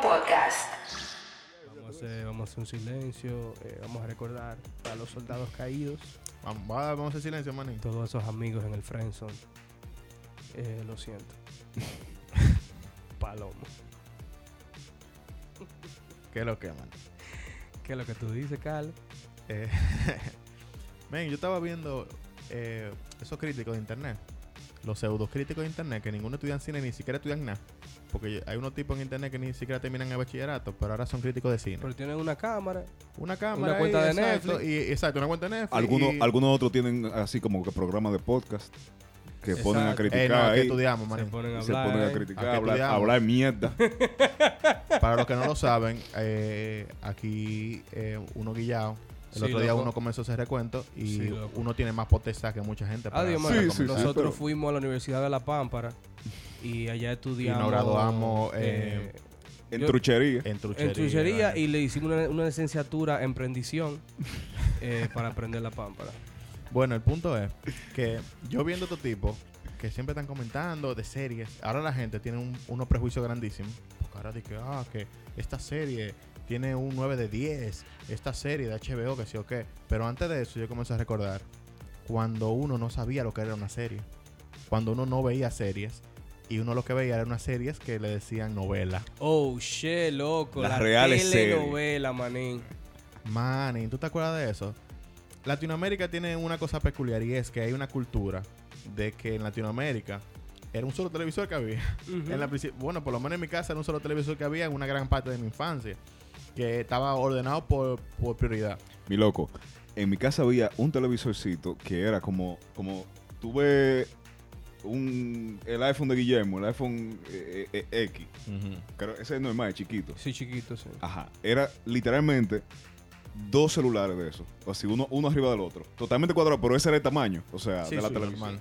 Podcast. Vamos a hacer, vamos a hacer un silencio, eh, vamos a recordar a los soldados caídos, Vamos, va- vamos a hacer silencio, manín. todos esos amigos en el friendzone. Eh, lo siento. Palomo. ¿Qué es lo que, man? ¿Qué es lo que tú dices, Carlos? Eh, men, yo estaba viendo eh, esos críticos de internet. Los pseudo críticos de internet, que ninguno estudian cine ni siquiera estudian nada. Porque yo- hay unos tipos en internet que ni siquiera terminan el bachillerato, pero ahora son críticos de cine. Pero tienen una cámara. Una cámara. Una cuenta ahí, de exacto, Netflix. Y, exacto, una cuenta de Netflix. Algunos, y- algunos otros tienen así como que programas de podcast que ponen a Exacto. criticar Eh, no, aquí ahí, estudiamos, Se manín. ponen a se hablar. ponen a ¿eh? criticar, Aquí a hablar, a estudiamos. hablar mierda. Para los que no lo saben, eh, aquí eh, uno guillado. El Sí, otro día loco. uno comenzó ese recuento y Sí, loco. uno tiene más potestad que mucha gente. para Adiós, hacer mano. Sí, sí, sí, recomendaciones. Nosotros pero- fuimos a la Universidad de La Pámpara y allá estudiamos. Y nos graduamos, eh, En Yo- truchería. En truchería. en chuchería ¿verdad? y le hicimos una, una licenciatura en prendición eh, para aprender La Pámpara. Bueno, el punto es que yo viendo estos tipos que siempre están comentando de series, ahora la gente tiene un, unos prejuicios grandísimos. Porque ahora dice, ah, que esta serie tiene un 9 de 10, esta serie de HBO, que sí o qué. Pero antes de eso yo comencé a recordar cuando uno no sabía lo que era una serie. Cuando uno no veía series. Y uno lo que veía eran unas series que le decían novela. Oh, shit, loco. Las la reales series. telenovela, manín. Manny, ¿tú te acuerdas de eso? Latinoamérica tiene una cosa peculiar y es que hay una cultura de que en Latinoamérica era un solo televisor que había. Ujú. En la princi- bueno, por lo menos en mi casa era un solo televisor que había en una gran parte de mi infancia, que estaba ordenado por, por prioridad. Mi loco, en mi casa había un televisorcito que era como, como tuve un, el iPhone de Guillermo, el iPhone eh, eh, eh, X, creo, ese es normal, chiquito. Sí, chiquito, sí. Ajá, era literalmente dos celulares de eso, o así uno, uno arriba del otro, totalmente cuadrado, pero ese era el tamaño, o sea, Sí, de la sí, televisión. normal.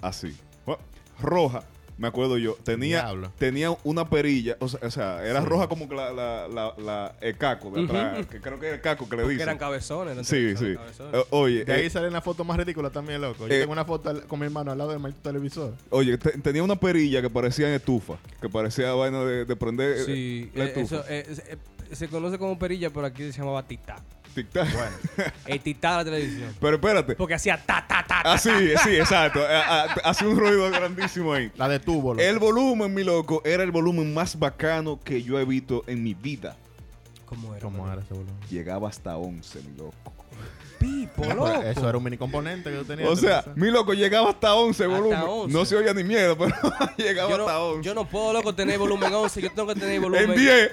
Así. Bueno, roja, me acuerdo yo, tenía, Diablo. tenía una perilla, o sea, o sea, era Sí. roja como que la, la, la, la- el caco de Ujú. atrás, que creo que era el caco que le Que dicen. eran cabezones. eran Sí, sí. televisores, cabezones. Eh, Oye, De ahí eh, sale una foto más ridícula también, loco. Yo eh, tengo una foto al- con mi hermano al lado del maldito televisor. oye, te- tenía una perilla que parecía en estufa, que parecía vaina de, de prender eh, Sí, la eh, estufa. eso, eh, es- eh, se conoce como perilla, pero aquí se llamaba titá. Tic tac. El titá de la televisión. Pero espérate. Porque hacía ta, ta, ta, ta. Así, Ah, sí, exacto. A- a- Hace un ruido grandísimo ahí. La detuvo, loco. El volumen, mi loco, era el volumen más bacano que yo he visto en mi vida. ¿Cómo era? ¿Cómo era ese volumen? Llegaba hasta 11, mi loco. Pipo, Ah, loco. pero Eso era un mini componente que yo tenía. O en sea, televisor. mi loco llegaba hasta 11 Hasta volumen. 11. No se oía ni miedo, pero llegaba Yo hasta no, 11. yo no puedo, loco, tener volumen 11. Yo tengo que tener volumen en 10,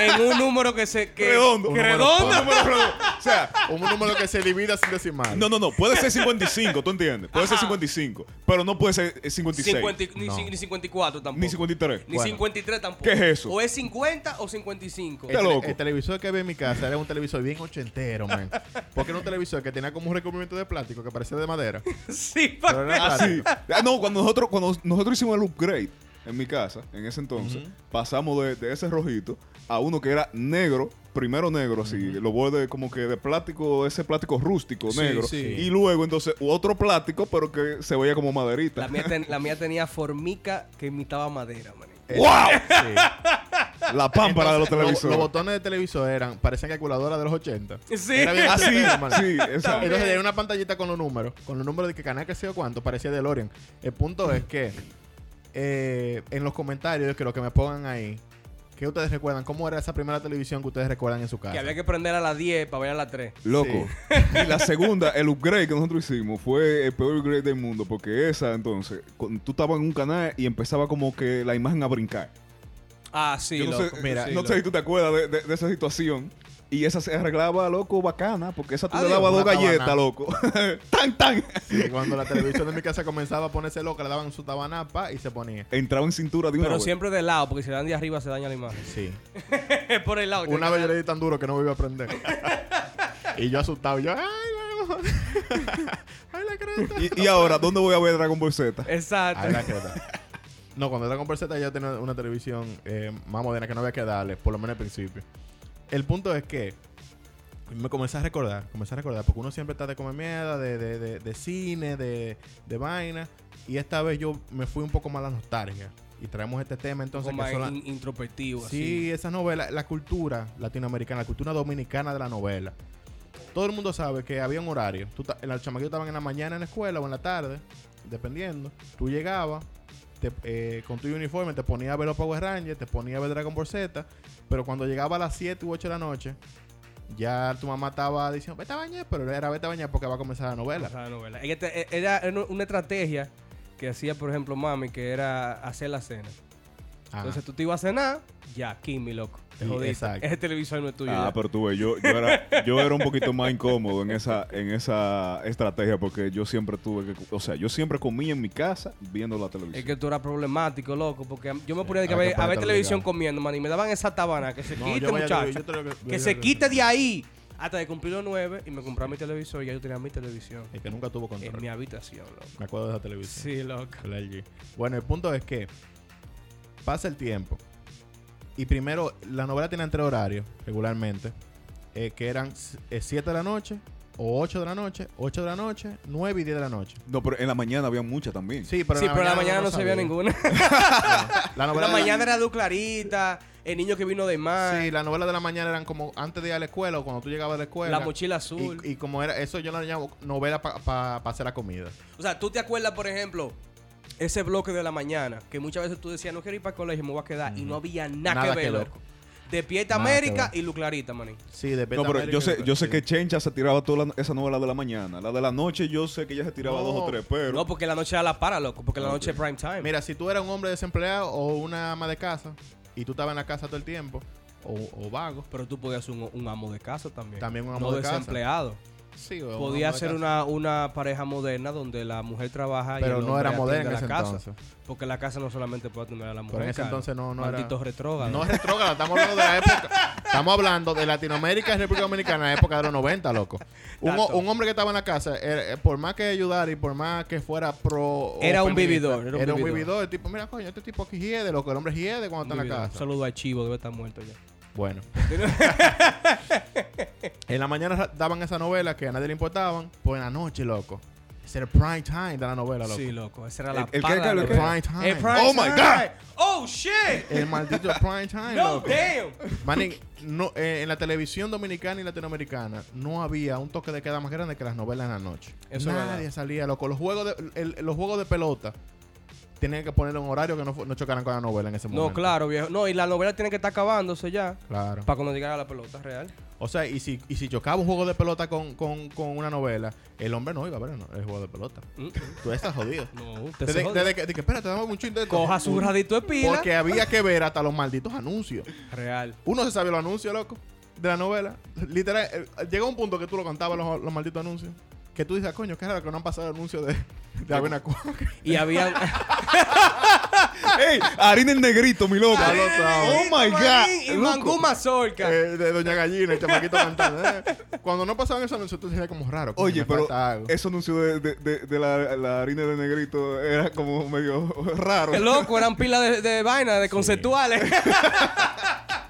en un número que se. Que, redondo. Que redondo. Número redondo. O sea, un número que se divida sin decimal. no, no, no. Puede ser 55, ¿tú entiendes? Puede ser 55, pero no puede ser eh, 56. 50 y- ni, No. cin- ni 54 tampoco. ni 53. Ni 53 tampoco. ¿Qué es eso? O es 50 o 55. El, Está tele- loco. Este el televisor que había en mi casa era un televisor bien ochentero, man. Porque era un televisor que tenía como un recubrimiento de plástico que parecía de madera. sí, pa- Pero era Así. plástico. Ah, no, cuando nosotros, cuando nosotros hicimos el upgrade en mi casa, en ese entonces, pasamos de, de ese rojito a uno que era negro, primero negro, así, los bordes como que de plástico, ese plástico rústico, Sí, negro. sí. Y luego entonces otro plástico, pero que se veía como maderita. La mía, ten- la mía tenía formica que imitaba madera, man. ¡Wow! Sí. La pámpara de los Entonces, lo- televisores. Los botones de televisor eran, parecían calculadoras de los 80. Sí. Era bien Así, ochentero, man. Ah, sí, exacto. Entonces tenía una pantallita con los números, con los números de que canal que sé o cuánto, parecía de Lorian. El punto es que eh, en los comentarios que lo que me pongan ahí, ¿qué ustedes recuerdan? ¿Cómo era esa primera televisión que ustedes recuerdan en su casa? Que había que prender a las 10 para ver a las 3. Loco. Y la segunda, el upgrade que nosotros hicimos fue el peor upgrade del mundo, porque esa entonces, con- tú estabas en un canal y empezaba como que la imagen a brincar. Ah, sí, Yo no loco. sé, mira, no sé si tú te acuerdas de, de- de esa situación. Y esa se arreglaba, loco, bacana, porque esa tú le Adiós, dabas dos una galletas, tabana. loco. ¡Tan, tan! Sí, cuando la televisión de mi casa comenzaba a ponerse loca, le daban su tabanapa y se ponía. Entraba en cintura de una Pero vez. siempre de lado, porque si le dan de arriba se daña la imagen. Sí. Por el lado. que Una tiene vez que yo le di tan duro que no me iba a aprender. y yo asustado, yo, ay, la- ay, la creta. Y, y ahora, ¿dónde voy a ver Dragon Ball Z? dar- Exacto. Ay, la creta. No, cuando era con Z ya tenía una televisión eh, más moderna que no había que darle, por lo menos al principio. El punto es que me comencé a recordar, comencé a recordar, porque uno siempre está de comer mierda, de, de, de, de cine, de, de vaina. Y esta vez yo me fui un poco más a la nostalgia. y traemos este tema entonces como que son la- in- introspectivo, Sí, esa novela, la cultura latinoamericana, la cultura dominicana de la novela. Todo el mundo sabe que había un horario. Tú, ta- los chamaquitos estaban en la mañana en la escuela o en la tarde, dependiendo. Tú llegabas te- eh, con tu uniforme, te ponía a ver los Power Rangers, te ponía a ver Dragon Ball Z, pero cuando llegaba a las 7 u 8 de la noche, ya tu mamá estaba diciendo, vete a bañar, pero era vete a bañar porque va a comenzar la así, novela. o sea, la novela. Ella te- e- Era era una estrategia que hacía, por ejemplo, mami, que era hacer la cena. Ajá. Entonces tú te ibas a cenar, ya, aquí, mi loco. Te Sí, jodiste. exacto. Ese televisor no es tuyo. Ah, ya. pero tú ves, yo, yo, era, yo era un poquito más incómodo en esa, en esa estrategia porque yo siempre tuve que... O sea, yo siempre comía en mi casa viendo la televisión. Es que tú eras problemático, loco, porque yo me ponía de que a hay Ah, que ver, a ver ponerte televisión obligado. comiendo, man, y me daban esa tabana, que se No, quite, yo voy a- muchacho. yo te lo- yo te lo- que yo se te lo- quite de ahí hasta de cumplir los nueve y me compraba mi televisor y ya yo tenía mi televisión El que nunca tuvo en control. Eh, mi habitación, loco. Me acuerdo de esa televisión. Sí, loco. El LG. Bueno, el punto es que pasa el tiempo. Y primero, la novela tenía tres horarios regularmente. eh, que eran 7 de la noche, o 8 de la noche, 8 de la noche, 9 y 10 de la noche. No, pero en la mañana había mucha también. Sí, pero, sí, pero en la mañana uno no se veía sabía. ninguna. La novela, la de mañana era Luz Clarita, el niño que vino de mar, Sí, la novela de la mañana eran como antes de ir a la escuela o cuando tú llegabas de la escuela. la mochila azul. Y, y como era, eso yo la llamo novela para hacer la comida. O sea, tú te acuerdas, por ejemplo, ese bloque de la mañana, que muchas veces tú decías, no quiero ir para el colegio, me voy a quedar, y no había nada, Nada que que ver, ver. loco. Despierta Nada que América ver. y Luz Clarita, maní. Sí, de No, pero Betamérica yo y sé, de- yo sé sí. que Chencha se tiraba toda la- esa novela de la mañana. La de la noche yo sé que ella se tiraba No. dos o tres, pero... No, porque la noche era la para, loco, porque la Ok. noche es prime time. Ah, Mira, si tú eras un hombre desempleado o una ama de casa y tú estabas en la casa todo el tiempo, o, o vago, Pero tú podías ser un, un amo de casa también. También un amo no de casa. desempleado. sí, o un Podía ama de ser casa. una, una pareja moderna donde la mujer trabaja y Pero el no hombre era atiende moderna en la ese casa. entonces. Porque la casa no solamente puede atender a la mujer. Pero en ese Carlos. entonces no, no era. Malditos retrógrados. No es retrógrado, estamos hablando de la época. Estamos hablando de Latinoamérica y República Dominicana, la época de los 90, loco. Un, ho- Tato. un hombre que estaba en la casa, era- eh, por más que ayudar y por más que fuera pro. o Era un feminista, vividor, Era un, vividor. El tipo, mira, coño, este tipo aquí hiede, loco. El hombre hiede cuando está en la Vividor. casa. Un saludo a Chivo, debe estar muerto ya. Bueno. en la mañana ra- daban esa novela que a nadie le importaban. Pues en la noche, loco. Ese era el prime time de la novela, loco. Sí, loco. Esa era la ¿El- el qué, para, Carlos, loco. el qué? Prime time. El prime Oh, my time. God. Oh, shit. El maldito prime time, No, loco. damn. Manning, no, eh, en la televisión dominicana y latinoamericana no había un toque de queda más grande que las novelas en la noche. Eso es Nadie verdad. salía, loco. Los juegos de, el- los juegos de pelota tenían que ponerle un horario que no, fu- no chocaran con la novela en ese momento. No, claro, viejo. No, y la novela tiene que estar acabándose ya. Claro. Para cuando llegara la pelota real. O sea, y si, y si chocaba un juego de pelota con, con- con una novela, el hombre no iba a ver no, el juego de pelota. Mm. Tú estás jodido. No, usted se Desde, jode. desde que, de que, espérate, dame un chiste. Coja su radito de pila. Porque había que ver hasta los malditos anuncios. Real. Uno se sabía los anuncios, loco, de la novela. Literal, eh, llega un punto que tú lo cantabas los, los malditos anuncios. Que tú dices, "Ah, coño, qué raro que no han pasado anuncios de, de Avena Cuaca. Y habían. ¡Ey! Harina el negrito, mi loco. Ya lo sabes. ¡Oh, my God! Y Loco. Mangú Mazorca. Eh, de Doña Gallina, el chamaquito cantando. eh. Cuando no pasaban esos anuncios, tú decías como raro. coño, Oye, me pero falta algo. ese anuncio de, de- de- de la, la harina de negrito era como medio raro. Qué loco, eran pilas de, de vaina, de conceptuales.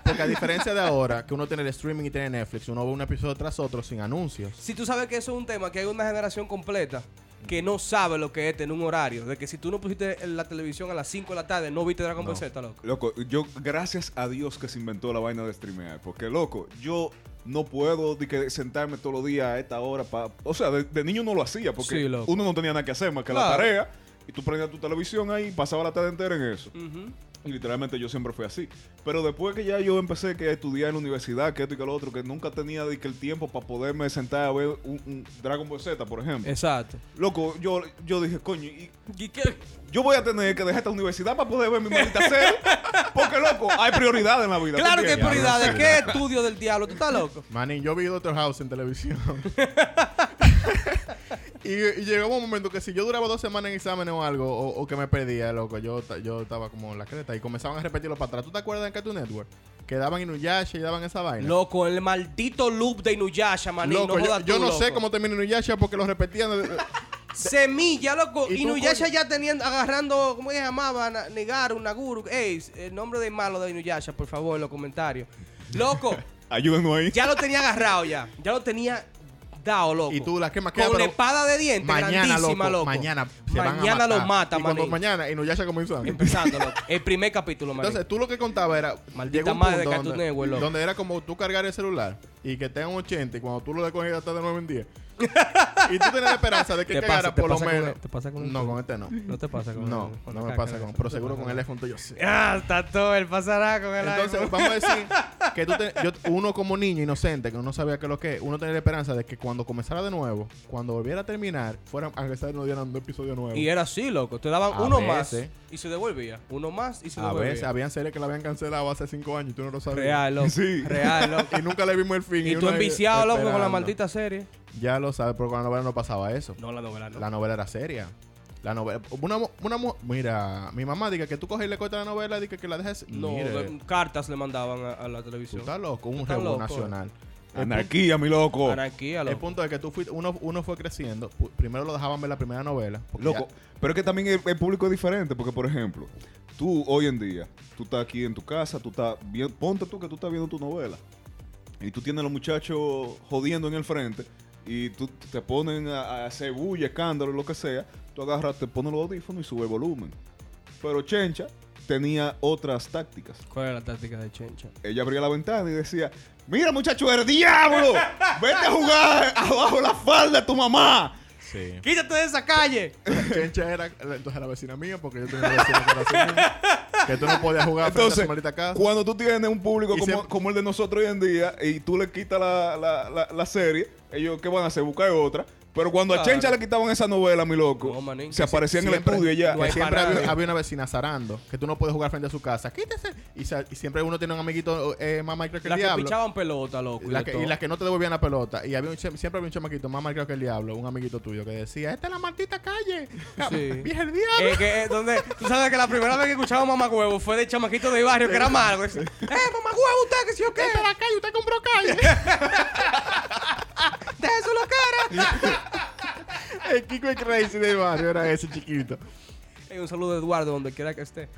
Porque a diferencia de ahora, que uno tiene el streaming y tiene Netflix, uno ve un episodio tras otro sin anuncios. si tú sabes que eso es un tema, que hay una generación completa que no sabe lo que es tener un horario. De que si tú no pusiste en la televisión a las 5 de la tarde, no viste Dragon Ball No. Z, loco. Loco, yo gracias a Dios que se inventó la vaina de streamear, porque loco, yo no puedo de que sentarme todos los días a esta hora para, o sea, de, de niño no lo hacía porque Sí, loco. uno no tenía nada que hacer más que la Claro. tarea y tú prendías tu televisión ahí y pasaba la tarde entera en eso. Ujú. Y literalmente yo siempre fui así. Pero después que ya yo empecé que a estudiar en la universidad, que esto y que lo otro, que nunca tenía de que el tiempo para poderme sentar a ver un, un Dragon Ball Z, por ejemplo. Exacto. Loco, yo, yo dije, coño, y ¿Y qué? yo voy a tener que dejar esta universidad para poder ver mi maldita serie. Porque, loco, hay prioridad en la vida. Claro ¿tú que hay entiendes? prioridades. ¿Qué estudio del diablo? ¿Tú estás loco? Manín, yo vi Doctor House en televisión. y, y llegaba un momento que si yo duraba dos semanas en exámenes o algo, o, o que me perdía, loco, yo, ta- yo estaba como en la creta. Y comenzaban a repetirlo para atrás. ¿Tú te acuerdas en Cartoon Network? Que daban Inuyasha y daban esa vaina. Loco, el maldito loop de Inuyasha, maní. no Loco, yo, jodas yo tú, no sé loco. cómo termina Inuyasha porque lo repetían. eh, de- de- Semilla, loco. ¿Y tú, Inuyasha coño? ya tenían agarrando, ¿cómo se llamaba? Na- Negaru, Naguru. Ey, el nombre de malo de Inuyasha, por favor, en los comentarios. Loco, Ayúdenos ahí. ya lo tenía agarrado ya. Ya lo tenía dao, loco. Y tú la quemas, Con quema, la pero espada de diente Mañana, grandísima, loco, loco. Mañana se Mañana van a matar. los mata, y cuando manín. mañana, Inuyasha comenzó. Empezando, loco. El primer capítulo, manín. Entonces, tú lo que contaba era. Maldita llegó un madre de punto Cartoon donde, Network, loco. donde era como tú cargar el celular y que tenga un 80 y cuando tú lo desconectas está de 9 en 10. y tú tenías la esperanza de que Te pasa- cagara te por lo pasa con menos. el- te pasa con el- no, con este no. no te pasa con este, No, con no la me caca, pasa eso. con. No Pero te seguro pasa con el iPhone yo sí. Ah, está todo, él pasará con el Entonces, iPhone. vamos a decir que tú te- yo- uno como niño inocente, que no sabía qué es lo que es, uno tenía la esperanza de que cuando comenzara de nuevo, cuando volviera a terminar, fuera a regresar y nos dieran un episodio nuevo. Y era así, loco. Te daban A uno más veces. y se devolvía. Uno más y se a devolvía. veces, habían series que la habían cancelado hace cinco años y tú no lo sabías. Real, loco. Sí. Real, loco. Y nunca le vimos el fin. Y tú uno ahí enviciado, loco, con la esperando. maldita serie. Ya lo sabes, pero con la novela no pasaba eso. No, la novela no. La novela era seria. La novela. Una, mu- una mu- Mira, mi mamá diga que tú coges y le cortas la novela, diga que la dejes. No, Mire, de- cartas le mandaban a, a la tú televisión. estás loco, un estás revuelo loco, eh. nacional. El Anarquía, mi loco. Oh. Anarquía, El loco. punto es que tú fuiste, uno, uno fue creciendo. pu- Primero lo dejaban ver la primera novela. porque Loco, pero es que también el, el público es diferente, porque por ejemplo, tú hoy en día, tú estás aquí en tu casa, tú estás bien, ponte tú que tú estás viendo tu novela y tú tienes a los muchachos jodiendo en el frente y tú te ponen a, a hacer bulla, escándalo, lo que sea, tú agarras, te pones los audífonos y sube el volumen. Pero Chencha tenía otras tácticas. ¿Cuál era la táctica de Chencha? Ella abría la ventana y decía, mira muchacho, el diablo, vete a jugar abajo de la falda de tu mamá. ya- Sí. ¡Quítate de esa calle! La Chencha era la- entonces la vecina mía, porque yo tenía una vecina que era así mía, Que tú no podías jugar frente a Entonces, su maldita casa. cuando tú tienes un público Y como, siempre- como el de nosotros hoy en día y tú le quitas la, la- la- la serie, ellos ¿qué van a hacer? Buscar otra. Pero cuando a Claro. Chencha le quitaban esa novela, mi loco, No, manín, que se aparecía en el siempre- estudio y ya. no hay Que siempre para había, nadie. había una vecina zarando, que tú no puedes jugar frente a su casa. Quítese. Y, sa- y siempre uno tiene un amiguito eh, más mal creo que el Las que diablo. pichaban pelota, loco. La que- de todo. y las que no te devolvían la pelota. Y había un cham- siempre había un chamaquito más mal creo que el diablo, un amiguito tuyo, que decía, esta es la maldita calle. Sí. Vieja el diablo. Eh, que, eh, donde, tú sabes que la primera vez que escuchaba mamacuevo fue de chamaquito de barrio, que era malo. Dice, ¡Eh, mamacuevo usted, que si yo qué! Esta es la calle, usted compró calle. ¡Deje su locara! El Kiko el Crazy del barrio era ese chiquito. Eh, un saludo de Eduardo, donde quiera que esté.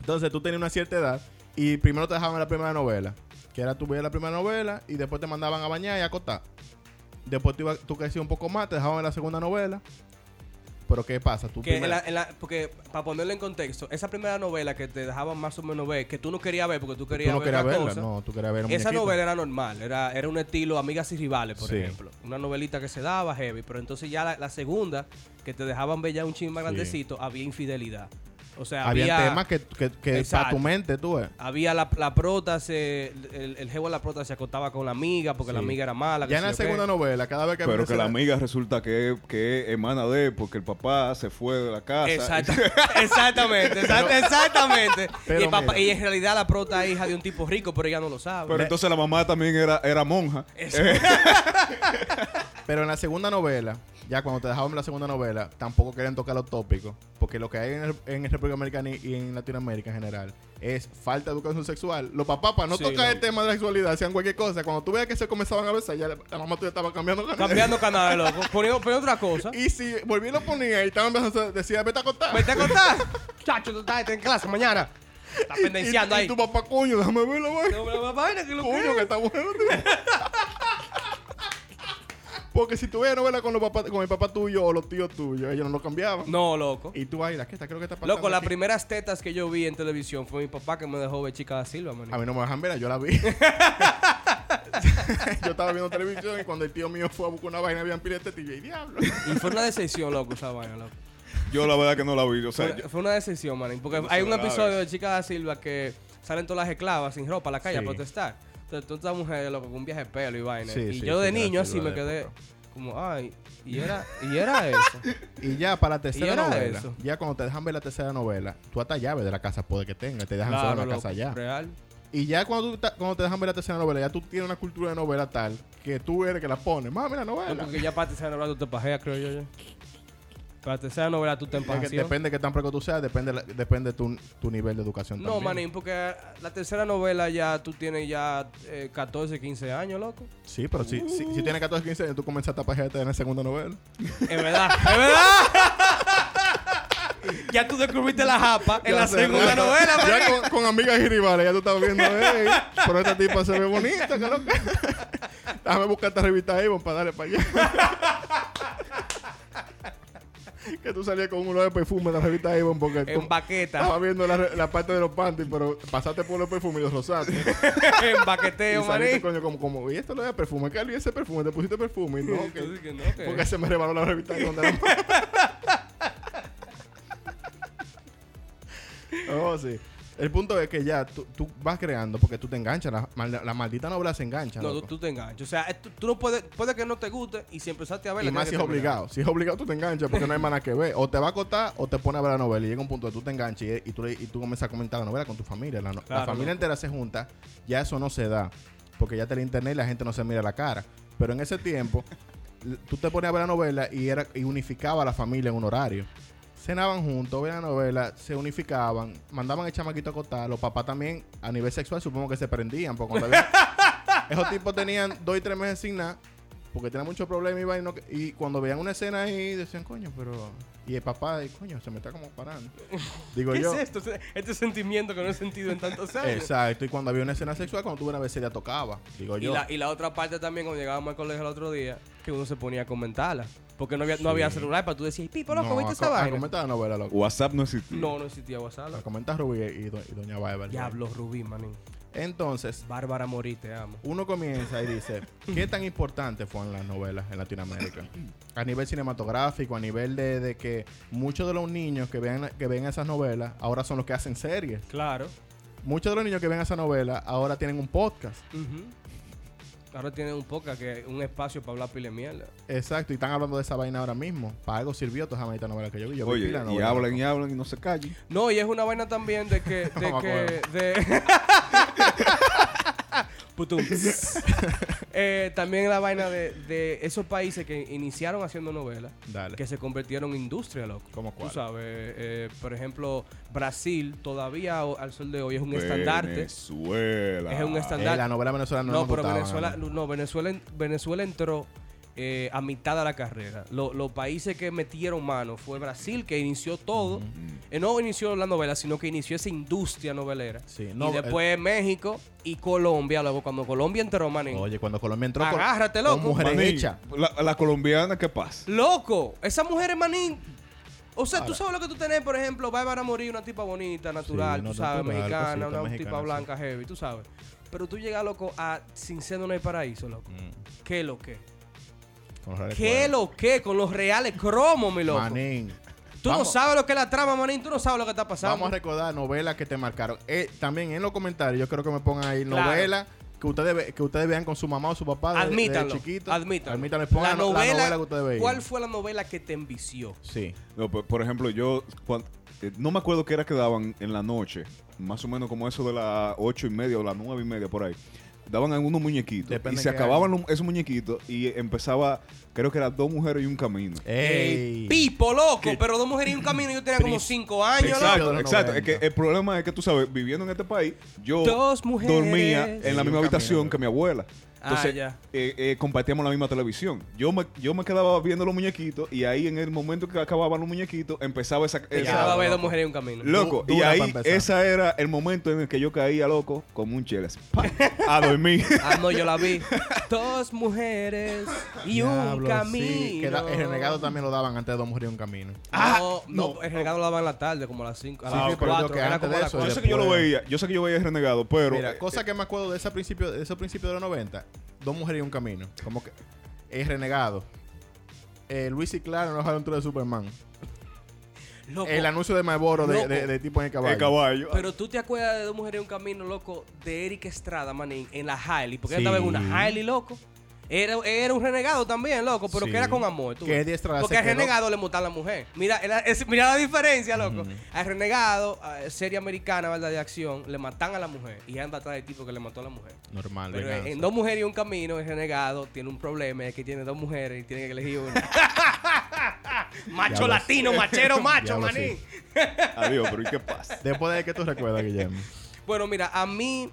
Entonces tú tenías una cierta edad y primero te dejaban la primera novela. Que era tú veías la primera novela y después te mandaban a bañar y a acostar. Después tú, ibas- tú crecías un poco más, te dejaban la segunda novela. Pero ¿qué pasa? Tú Que en primero- la- en la- porque, para ponerlo en contexto, esa primera novela que te dejaban más o menos ver, que tú no querías ver porque tú tú querías no ver querías otra verla, cosa, no, tú querías ver un Esa muñequito. novela era normal, era, era un estilo Amigas y Rivales, por Sí. ejemplo. Una novelita que se daba heavy, pero entonces ya la, la segunda, que te dejaban ver ya un chisme más Sí. grandecito, había infidelidad. O sea, había, Había temas que, que, que para Exacto. tu mente, tú ves. había la, la prota, se, el, el jevo de la prota se acostaba con la amiga porque la Sí. amiga era mala. que Ya en sé la yo qué. segunda novela, cada vez que Pero que aparecía- la amiga resulta que, que es hermana de él porque el papá se fue de la casa. Exacta- exactamente, exact- exactamente. pero y, el papá- mira. y en realidad la prota es hija de un tipo rico, pero ella no lo sabe. Pero entonces la mamá también era, era monja. Exacto. Pero en la segunda novela, ya cuando te dejaban la segunda novela, tampoco querían tocar los tópicos. Porque lo que hay en, el- en el República Americana y y en Latinoamérica en general es falta de educación sexual. Los papás, para no Sí, tocar no. el tema de la sexualidad, hacían cualquier cosa. Cuando tú veas que se comenzaban a besar, ya la, la mamá tuya estaba cambiando canal. Cambiando canales, loco. Poniendo, poniendo otra cosa. Y si volví y lo ponía y estaban besando, decía, vete a acostar. ¿Me a contar? Chacho, tú estás en clase mañana. Estás pendenciando y, y ahí. tu papá, coño, déjame verlo, güey. No, pero papá, mira que lo Coño, que que- está bueno, tío. Porque si tú veías novela con, los papás, con el papá tuyo o los tíos tuyos, ellos no lo cambiaban. No, loco. Y tú ahí, ¿qué está? Creo que está pasando. Loco, las aquí? primeras tetas que yo vi en televisión fue mi papá que me dejó ver Chica da Silva, A man. mí no me dejan ver, yo la vi. yo estaba viendo televisión y cuando el tío mío fue a buscar una vaina, habían pila de tío y diablo. Y fue una decepción, loco, esa vaina, loco. Yo la verdad que no la vi. O sea, Fue, yo- fue una decepción, man. Porque No se hay un grave. episodio de Chica da Silva que salen todas las esclavas sin ropa a la calle Sí. a protestar. Entonces, todas esas mujeres, loco, con un viaje de pelo y vaina. Sí, y sí, yo de Chica da niño así me Silva de quedé época. como, ay, y era, y era eso. Y ya para la ¿Y tercera era novela, eso? ya cuando te dejan ver la tercera novela, tú hasta llave de la casa puede que tengas, te dejan solo en la loco, casa allá. Real. Y ya cuando, tú ta- cuando te dejan ver la tercera novela, ya tú tienes una cultura de novela tal que tú eres que la pones. Mami, la No, novela. porque ya para tercera novela tú te pajeas, creo yo. ya. Para tercera novela tú te Es que empajeas. depende de qué tan precoz tú seas, depende, la- depende tu, tu nivel de educación. No, también. manín, porque la tercera novela ya tú tienes ya eh, 14, 15 años, loco. Sí, pero si, si, si tienes 14, 15 años, tú comenzaste a pajearte en la segunda novela. Es verdad, es verdad. ya tú descubriste la japa en Ya la sé, segunda ya- novela, Ya con, con amigas y rivales, ya tú estás viendo, "Ey, pero esta tipa se ve bonita, que lo que-". Déjame buscar esta revista Avon para darle para allá. que tú salías con un olor de perfume de la revista Avon porque En estaba baqueta, viendo la, re- la parte de los panties, pero pasaste por los perfumes y los rosaste. en y baqueteo, saliste, maní. coño, como, como, y esto lo de perfume, ¿qué y ese perfume? Te pusiste perfume y no, Y que- tú dices que no, que- porque se me rebaló la revista Avon de la mano. oh, sí. El punto es que ya tú, tú vas creando porque tú te enganchas. La, mal- la maldita novela se engancha. No, tú, loco. tú te enganchas. O sea, eh, tú, tú no puedes, puede que no te guste y si empezaste a verla. y más si tienes es que terminar. obligado. Si es obligado, tú te enganchas porque no hay más nada que ver. O te va a acostar o te pone a ver la novela. Y llega un punto que tú te enganchas y, y tú, le- y tú comienzas a comentar la novela con tu familia. La, no- la Claro, familia loco. entera se junta. Ya eso no se da. Porque ya está el internet y la gente no se mira la cara. Pero en ese tiempo, l- tú te ponías a ver la novela y, era, y unificaba a la familia en un horario. Cenaban juntos, veían la novela, se unificaban, mandaban el chamaquito a acostar. Los papás también, a nivel sexual, supongo que se prendían. Porque cuando había- esos tipos tenían dos y tres meses sin nada porque tenían muchos problemas y, vaina, y cuando veían una escena ahí decían, coño, pero... Y el papá, y, coño, se me está como parando. Digo ¿Qué yo. es esto? Este sentimiento que no he sentido en tantos años. Exacto. Y cuando había una escena sexual, cuando tuve una vez ya tocaba. Digo Y yo. la, y la otra parte también, cuando llegábamos al colegio el otro día, que uno se ponía a comentarla. Porque no había, no había celular para tú decir, Pipo, loco, No, ¿viste a esa co- a vaina? comentar la novela, loco. WhatsApp no existía. No, no existía WhatsApp. La comenta Rubí y, do- y Doña Bárbara. Diablo, Rubí, manín. Entonces, Bárbara Morí, te amo. uno comienza y dice, ¿qué tan importante fueron las novelas en Latinoamérica? A nivel cinematográfico, a nivel de, de que muchos de los niños que vean, que ven esas novelas ahora son los que hacen series. Claro. Muchos de los niños que ven esa novela ahora tienen un podcast. Ujú. Ahora tiene un poca que un espacio para hablar pile de mierda. Exacto, y están hablando de esa vaina ahora mismo. Para algo sirvió toda esa maldita novela que yo vi. Yo vi Oye, pila de y novelas, hablan y loco. hablan y no se callan. No, y es una vaina también de que. De Mamá que de... Putum. Eh, también la vaina de, de esos países que iniciaron haciendo novelas, Dale. Eh, que se convirtieron en industria, loco. ¿Cómo cuál? Tú sabes, eh, por ejemplo, Brasil todavía o- al sol de hoy es un estandarte. Venezuela. Es un Eh, estandarte. la novela venezolana no, No, nos pero gustaba, Venezuela, ¿no? no, Venezuela, en- Venezuela entró eh, a mitad de la carrera. Lo- los países que metieron mano fue Brasil, que inició todo. Eh, no inició la novela, sino que inició esa industria novelera. Sí, no, y después México y Colombia. Luego, cuando Colombia entró, manín. Oye, cuando Colombia entró con- Agárrate, con loco. mujeres Manín, hechas. La, la colombiana, ¿qué pasa? ¡Loco! Esas mujeres, manín. O sea, tú sabes lo que tú tenés, por ejemplo, Bárbara Morir, una tipa bonita, natural, Sí, no, tú sabes, natural, mexicana, cosita una mexicana, tipa sí. blanca, heavy, tú sabes. Pero tú llegas, loco, a Sin Seno No hay Paraíso, loco. Mm. ¿Qué lo que? Con los reales ¿Qué cuernos. lo que? Con los reales cromos, mi loco. Manín. Tú no Vamos- sabes lo que es la trama, manín. Tú no sabes lo que está pasando. Vamos a recordar novelas que te marcaron. Eh, también en los comentarios, yo creo que me pongan ahí Claro. novelas que ustedes ve- que ustedes vean con su mamá o su papá de, admítanlo, de chiquito. admítanlo. Admítanlo. Pongan la novela, que ustedes veían. ¿Cuál fue la novela que te envició? Sí. No, por, por ejemplo, yo cuan- eh, no me acuerdo qué era que daban en la noche, más o menos como eso de las ocho y media o las nueve y media por ahí. Daban algunos muñequitos Depende y se qué acababan los- esos muñequitos y empezaba, creo que eran dos mujeres y un camino. Eh, Ey. Pipo, loco. ¿Qué? Pero dos mujeres y un camino. Yo tenía como Pris- cinco años, Exacto. loco. de los exacto. Es 90. que el problema es que tú sabes, viviendo en este país, yo Dos mujeres. dormía en Sí, la un misma habitación camino. que mi abuela. Ah, Entonces, ya. eh, eh, compartíamos la misma televisión. Yo me, yo me quedaba viendo los muñequitos y ahí en el momento que acababan los muñequitos empezaba esa... Y esa- se va a ver dos loco. mujeres y un camino. Loco, Du- y dura pa' ahí empezar. esa era el momento en el que yo caía loco como un chile. así, pa, A dormir. Ah, no, yo la vi. Dos mujeres y un Diablo, sí. camino. Que da- el renegado también lo daban antes de dos mujeres y un camino. Ah, no, no, no. el regalo lo daban en la tarde, como a las 5, a Sí, las sí, pero yo 4, que era antes como de a las eso, Yo cuatro. sé que yo lo después- veía, yo sé que yo veía el renegado, pero eh, Mira, cosa que me acuerdo de ese principio, de esos principios de los 90, dos mujeres y un camino. eh, Como que es renegado. Eh, Luis y Clara en los aventuras de Superman. Loco, El anuncio de Marlboro de, Loco. de- de tipo en el caballo. el caballo. Pero tú te acuerdas de Dos Mujeres y un Camino, loco, de Eric Estrada, manín, en la Harley. Porque él Sí. estaba en una Harley, loco. Era, era un renegado también, loco, pero Sí. que era con amor. tú Que ves. Eddie Estrada Porque se al quedó- renegado le montan la mujer. Mira, era- es- mira la diferencia, loco. Al renegado, a- serie americana, ¿verdad? De acción, le matan a la mujer y anda atrás del tipo que le mató a la mujer. Normal, Pero eh, venganza. en Dos Mujeres y un Camino, el renegado tiene un problema, es que tiene dos mujeres y tiene que elegir una. macho Diablo. latino, machero, macho, Diablo, sí. manín. Adiós, pero ¿y qué pasa? Después de que tú recuerdas, Guillermo. Bueno, mira, a mí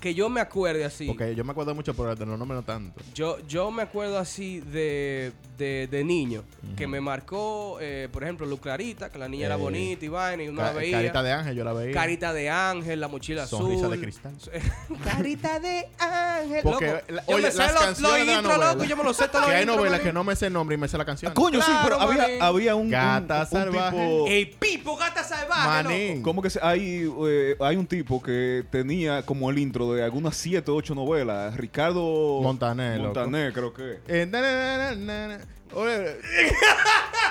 que yo me acuerde así. Porque yo me acuerdo mucho, pero de los nombres no tanto. Yo, yo me acuerdo así de, de, de niño, que me marcó, eh, por ejemplo, Luz Clarita, que la niña era Eh, bonita y vaina, y uno la Ca- veía. Carita de ángel, yo la veía. Carita de ángel, la mochila Sonrisa azul. de cristal. Carita de ángel. Porque, loco. la- yo oye, me sé las los, los canciones de la intros, novela. loco. Yo me los sé Que todos los hay intros, novelas manín. que no me sé el nombre y me sé la canción. Coño, sí, pero Claro, manín. había, había un, un- Gata un salvaje. tipo... ¡Ey, Pipo, gata salvaje! Manín. ¿Cómo que se, hay, eh, hay un tipo que tenía como el intro de algunas 7 o 8 novelas? Ricardo Montaner, loco. Montaner, creo que. Eh, na, na, na, na, na. Oye,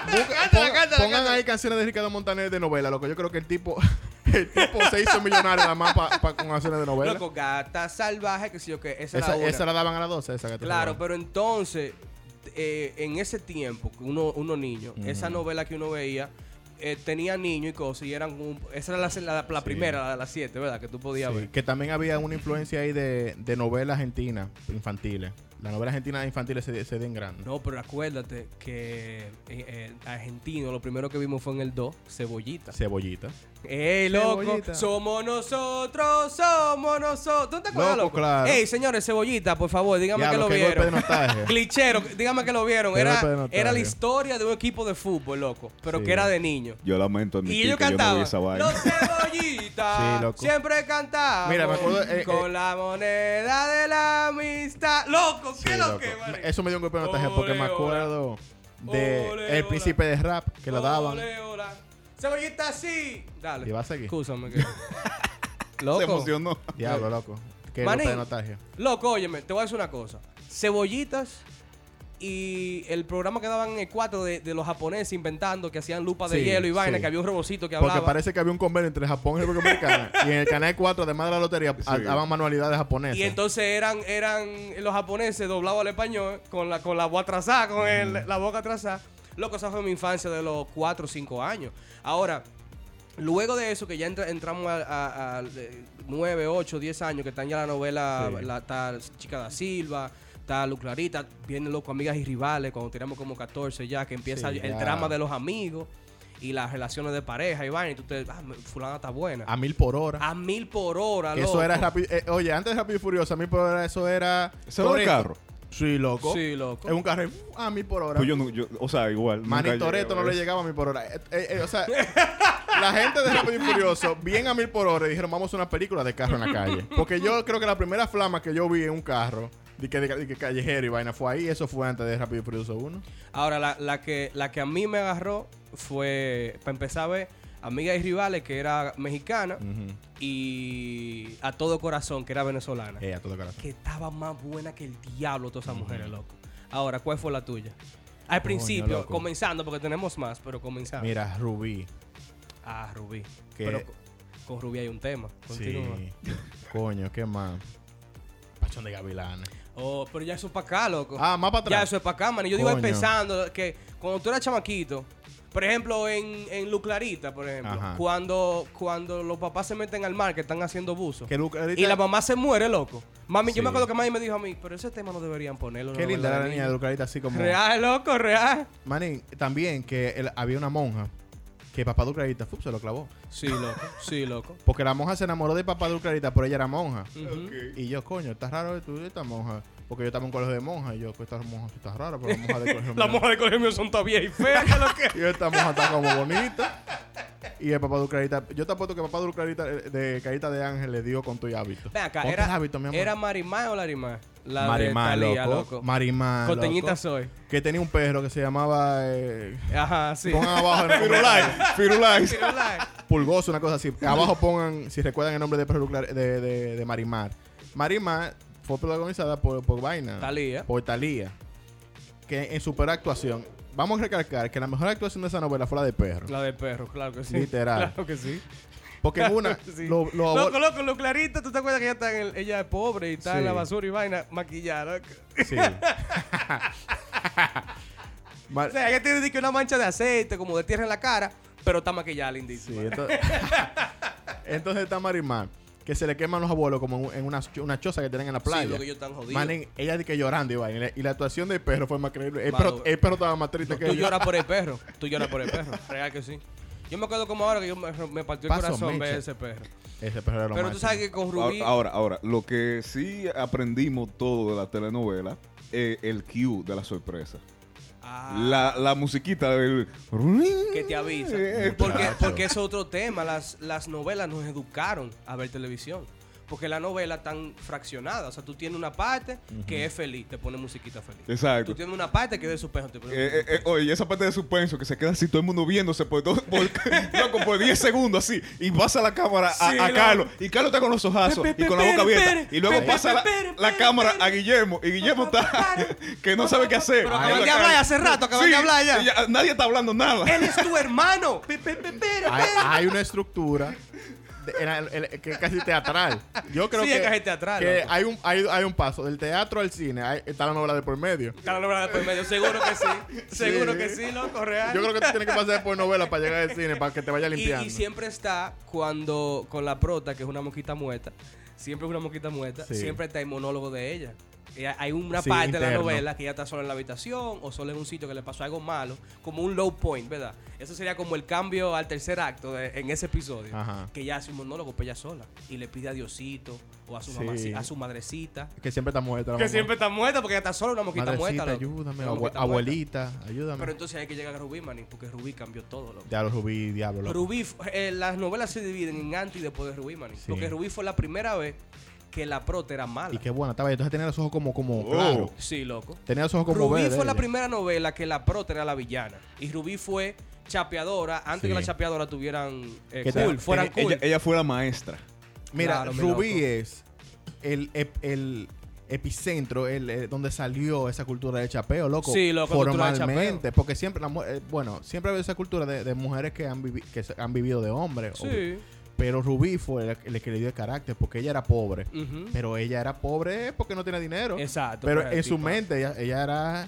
Loco. ponga- Cántala, cántala, pongan cántala. ahí canciones de Ricardo Montaner de novela, loco. Yo creo que el tipo, el tipo se hizo millonario nada más pa- pa- con canciones de novela. Loco, gata salvaje, que sé yo qué. Esa, esa, era una. esa la daban a las 12, esa Gata Claro, pues, Salvaje. pero entonces, eh, en ese tiempo, que uno, uno niño, esa novela que uno veía, eh, tenía niño y cosas, y eran un- esa era la, la- la Sí. primera, la de las siete, ¿verdad? Que tú podías Sí, ver. que también había una influencia ahí de, de novelas argentinas infantiles. Las novelas argentinas infantiles se, se den grandes. No, pero acuérdate que eh, eh, argentino, lo primero que vimos fue en el 2, cebollita. Cebollita. ¡Ey, loco! Cebollita. Somos nosotros, somos nosotros. ¿Tú te acuerdas, Loco, loco? claro. ¡Ey, señores, cebollita, por favor, dígame que Diablo, lo qué golpe de vieron! nostalgia. Clichero, dígame que lo vieron. Qué Era, golpe de nostalgia. era la historia de un equipo de fútbol, loco, pero Sí. que era de niño. Yo lamento en mi Y ellos yo no vi cantaban. esa vaina. Los cebollitas. Sí, loco. Siempre cantaban. Mira, me acuerdo, eh, con eh. la moneda de la amistad. Loco, ¿qué Sí, es lo loco. que, man? Eso me dio un golpe de nostalgia porque me Ole, acuerdo de Ole, El ole. Príncipe de Rap que la daban. Ole, hola. Cebollita, sí. Dale. Y va a seguir. Escúchame que. Se loco. emocionó. Diablo, loco. Qué Manín. golpe de nostalgia. Loco, óyeme, te voy a decir una cosa. Cebollitas y el programa que daban en el 4 de, de los japoneses inventando que hacían lupa de Sí, hielo y vaina, sí. que había un robocito que hablaba. Porque parece que había un convenio entre Japón y República Dominicana. y en el canal 4, además de la lotería, Sí. a- daban manualidades japonesas. Y entonces eran, eran los japoneses doblados al español con la, con la voz atrasada, con el- la boca atrasada. Loco, esa fue mi infancia de los 4 o 5 años. Ahora, luego de eso, que ya entra- entramos a, a, 9, 8, 10 años, que están ya la novela, Sí. la tal Chica da Silva, tal Luz Clarita, vienen loco Amigas y Rivales, cuando teníamos como 14 ya, que empieza Sí, el ya. drama de los amigos y las relaciones de pareja, Iván, y tú te, ah, fulana está buena. A A, mil por hora. mil por hora, Que Ah, loco. eso era rápido. eh, oye, antes de Rápido y Furioso, a mil por hora eso era. ¿Eso era un Toretto. carro? Sí, loco. Sí, loco. Es un carro uh, a mil por hora. Pues yo, no- yo- o sea, igual. nunca Manny llegué a Toreto no ver le eso. llegaba a mil por hora. Eh, eh, eh, o sea, la gente de Rápido y Furioso, bien a mil por hora, y dijeron, vamos a hacer una película de carro en la calle. Porque yo creo que la primera flama que yo vi en un carro, de que, de que callejero y vaina, fue ahí. Eso fue antes de Rápido y Furioso 1. Ahora, la, la que, la que a mí me agarró fue, para empezar a ver, Amigas y Rivales, que era mexicana, Mm. y A Todo Corazón, que era venezolana. Eh, Mm. a todo corazón. Que estaba más buena que el diablo todas esas mujeres, loco. Ahora, ¿cuál fue la tuya? Al principio, loco. comenzando, porque tenemos más, pero comenzando. Mira, Rubí. Ah, Rubí. Que- Pero con, con Rubí hay un tema. Continúa. Sí. Coño, ¿qué más? Pachón de Gavilanes. Oh, pero ya eso es para acá, loco. Ah, más para atrás. Ya, eso es para acá, man. Yo digo Coño. empezando que cuando tú eras chamaquito, por ejemplo, en, en Luclarita, por ejemplo, Ajá. cuando, cuando los papás se meten al mar que están haciendo buzos Que Luca- ahorita- y la mamá se muere, loco. Mami, Sí. yo me acuerdo que mami me dijo a mí, pero ese tema no deberían ponerlo. en Qué la linda novela era la de niña de niños". Lucarita, así como. Real, loco, real. Manín, también que él- había una monja que papá de Lucarita fup, se lo clavó. Sí, loco, sí, loco. Porque la monja se enamoró de papá de Lucarita, pero ella era monja. Ujú. Ok. Y yo, coño, estás raro tú esta monja. Porque yo estaba en un colegio de monjas. Y yo, pues esta monja sí está rara, pero la monja de colegio La mío- mujer de colegio mío son todavía y fea, que lo que. Y esta monja está como bonita. Y el papá de Lucarita, yo te apuesto que el papá de Lucarita, eh, de Carita de Ángel, le dio con tu hábito. Ven acá, Ponte era, el hábito, mi amor. ¿era Marimá o Larimá? La Marimar, de Thalía, loco. loco. Marimar, Costeñita loco. soy. Que tenía un perro que se llamaba... Eh, Ajá, sí. Pongan abajo el nombre. Firulais. Firulais. Ah. Pulgoso, una cosa así. Abajo pongan, si recuerdan el nombre de perro nuclear- de, de, de Marimar. Marimar fue protagonizada por, por Vaina. Thalía. Por Talía. Que en su peor actuación, vamos a recalcar que la mejor actuación de esa novela fue la de perro. La de perro, claro que sí. Literal. Claro que sí. Porque en una, Sí. lo- lo abor- loco, loco, lo clarito, ¿tú te acuerdas que ella, está en el- ella es pobre y está Sí. en la basura y vaina maquillada? loco? Sí. Mar- O Ah. sea, ella tiene que una mancha de aceite, como de tierra en la cara, pero está maquillada Sí, lindísima. entonces, entonces está Marimar, que se le queman los abuelos como en un- en una, cho- una choza que tienen en la playa. lo que ellos están jodidos. Manín, ella de que llorando y vaina, y la- Y la actuación del perro fue más creíble. El, Mano. perro, el perro estaba más triste que Tú ella. lloras por el perro, tú lloras por el perro, real que sí. Yo me acuerdo como ahora que yo me, me partió el Paso corazón mecha. ver ese perro. Ese perro era lo Pero tú máximo. sabes que con Rubí. Ahora, ahora, ahora, lo que sí aprendimos todo de la telenovela es el cue de la sorpresa. Ah, La, la musiquita del... que te avisa. Eh, Porque, Muchacho. porque es otro tema. Las, las novelas nos educaron a ver televisión. Porque la novela tan fraccionada. O sea, tú tienes una parte que es feliz, te pone musiquita feliz. Exacto. Tú tienes una parte que es de suspenso, te pone Eh, eh, musiquita eh, oye, y esa parte de suspenso que se queda así todo el mundo viéndose por, todo, por, loco, por 10 segundos así y pasa la cámara a, Sí, a lo- Carlos y Carlos está con los ojazos Pe- pe- y con la boca pere, abierta pere, y luego pere, pasa la, pere, la pere, cámara pere. a Guillermo y Guillermo está que no sabe qué hacer. Pero Ahí acaban la de cara- hablar hace rato, acaban Sí, de hablar ya. y Nadie está hablando nada. ¡Él es tu hermano! Pe- pe- pe- pere, hay, pere. hay una estructura de- era el- el- que es casi teatral. Yo creo Sí, que, es casi teatral, que loco. hay, un, hay, hay un paso del teatro al cine. hay- está la novela de por medio. Está la novela de por medio, seguro que sí. Seguro que sí, loco, real. Yo creo que tú tienes que pasar por novela para llegar al cine, para que te vaya Y- limpiando. Y, siempre está cuando con la prota, que es una mosquita muerta, siempre es una mosquita muerta, Sí. siempre está el monólogo de ella. Y ha- hay una Sí, parte de la interno. novela que ella está sola en la habitación o sola en un sitio que le pasó algo malo, como un low point, ¿verdad? Eso sería como el cambio al tercer acto de- en ese episodio, Ajá. que ella hace un monólogo para ella sola y le pide a Diosito o a su, Sí. mamaci- a su madrecita. Que siempre está muerta. la Que mamá. siempre está muerta porque ella está sola, una mosquita Madrecita, muerta. loco. ayúdame. Una abue- mosquita muerta. abuelita, ayúdame. Pero entonces hay que llegar a Rubí, manín, porque Rubí cambió todo, loco. Diablo, Rubí, diablo. loco. Rubí, f- eh, las novelas se dividen en antes y después de Rubí, manín. Sí. Porque Rubí fue la primera vez que la prota era mala. Y qué buena estaba. Entonces tenía los ojos como, como, Oh. claro. Sí, loco. Tenía los ojos como Rubí verdes fue la ella. primera novela que la prota era la villana. Y Rubí fue chapeadora antes Sí. que la chapeadora tuvieran eh, Que cool, te- fueran cool. Ella, ella fue la maestra. Mira, Claro, mi Rubí loco. es el, ep- el epicentro, el, eh, donde salió esa cultura de chapeo, loco. Sí, loco, cultura de Formalmente. Porque siempre, la mu- eh, bueno, siempre ha habido esa cultura de, de mujeres que han, vivi- que se- han vivido de hombres. o- Sí. pero Rubí fue el, el que le dio el carácter, porque ella era pobre. Ujú. Pero ella era pobre porque no tenía dinero. Exacto. Pero pues, en su tipo. mente ella, ella era...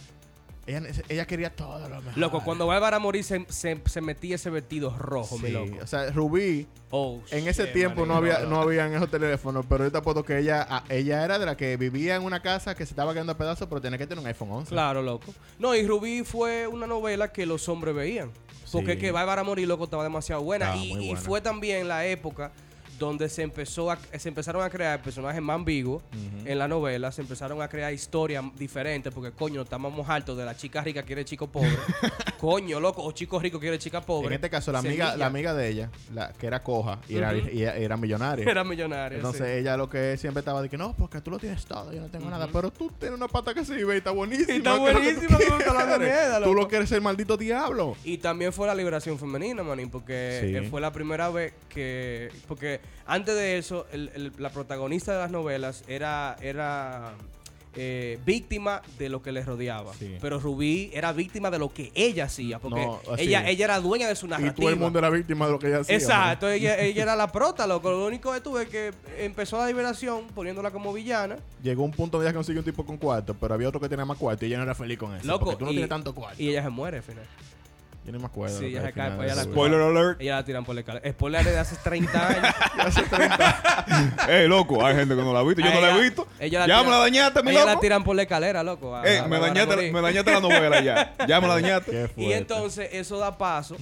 Ella, ella quería todo lo mejor. Loco, cuando Bárbara morir se, se, se metía ese vestido rojo, Sí, mi loco. O sea, Rubí Oh, En ese shit, tiempo no manín, había no habían esos teléfonos, pero yo te apuesto que ella a- ella era de la que vivía en una casa que se estaba quedando a pedazos, pero tenía que tener un iPhone 11. Claro, loco. No, y Rubí fue una novela que los hombres veían. Porque Sí. que Bárbara Morir, loco, estaba demasiado buena. Estaba y, muy y buena. fue también la época donde se empezó a- se empezaron a crear personajes más ambiguos en la novela, se empezaron a crear historias diferentes, porque coño, estábamos altos de la chica rica quiere chico pobre. coño, loco, o chico rico quiere chica pobre. En este caso la amiga Semilla. la amiga de ella, la que era coja y era, Ujú. y ella- era millonaria. era millonaria. Entonces sí. ella lo que siempre estaba de que no, porque tú lo tienes todo, yo no tengo nada, pero tú tienes una pata que sirve y está buenísima. Y está ¿qué es lo que tú buenísima, como quieres? está la moneda, Tú loco. lo quieres ser maldito diablo. Y también fue la liberación femenina, manín, porque Sí. eh, fue la primera vez que... Porque antes de eso, el- el- la protagonista de las novelas era, era eh, víctima de lo que le rodeaba. Sí. Pero Rubí era víctima de lo que ella hacía, porque No, así ella, es. ella era dueña de su narrativa. Y todo el mundo era víctima de lo que ella hacía. Exacto, ella, ella era la prota, loco. Lo único que tuve es que empezó la liberación poniéndola como villana. ¿no? Llegó un punto donde ella consiguió un tipo con cuarto, pero había otro que tenía más cuarto y ella no era feliz con eso. Loco, porque tú no y- tienes tanto cuarto. Y ella se muere al final. Yo no me acuerdo. Sí, lo que ya al se cae, final pues, ya de la su- Spoiler alert. Ella la tiran por la escalera. Spoiler de hace 30 años. Ey, Eh, loco, hay gente que no la ha visto. Yo A no la Ah, ella- he visto. ella la ya tira- me Ah, la dañaste, mi Ella loco. la tiran por la escalera, loco. a- Ey, a me, Bárbara dañaste, Morín. me dañaste la novela ya. Ya me la dañaste. Qué Y fuerte. entonces eso da paso.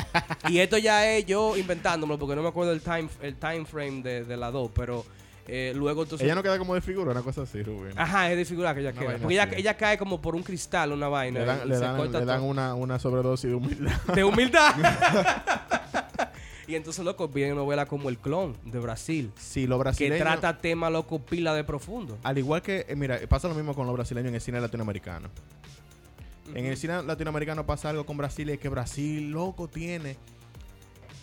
y esto ya es yo inventándomelo porque no me acuerdo el time, el time frame de, de la dos, pero eh, luego entonces. Ella no queda como de figura, una cosa así, Rubén. Ajá, es de figura que ella queda. vaina Porque ella, así. ella cae como por un cristal, una vaina. le y dan, le se dan, corta le dan todo. una, una sobredosis de humildad. De humildad. y entonces, loco, viene novela como El Clon de Brasil. Sí, los Que brasileños. trata tema, loco, pila de profundo. Al igual que, eh, mira, pasa lo mismo con los brasileños en el cine latinoamericano. En el cine latinoamericano pasa algo con Brasil y es que Brasil, loco, tiene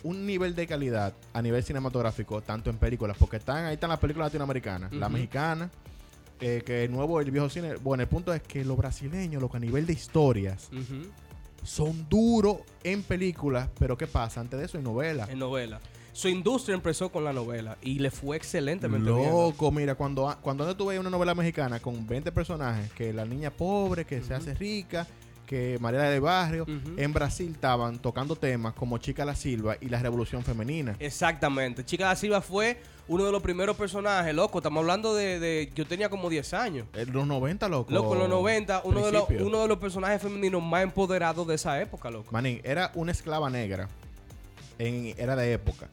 un nivel de calidad a nivel cinematográfico, tanto en películas, porque están ahí están las películas latinoamericanas, la Ujú. mexicana, eh, que el nuevo, el viejo cine. Bueno, el punto es que los brasileños, loco, a nivel de historias, Ujú. son duros en películas, pero ¿qué pasa? Antes de eso, en novelas. En novela. Su industria empezó con la novela y le fue excelentemente bien. ¿no? Loco, mira, cuando, cuando antes tú veías una novela mexicana con 20 personajes, que la niña pobre, que se hace rica, que María del Barrio, Ujú. en Brasil estaban tocando temas como Chica la Silva y la Revolución Femenina. Eh, Exactamente. Chica da Silva fue uno de los primeros personajes, loco. Estamos hablando de, de- yo tenía como 10 años. En Eh, los 90, loco. Loco, en los 90, uno de los, principio. uno de los personajes femeninos más empoderados de esa época, loco. Manín, era una esclava negra en, era de época.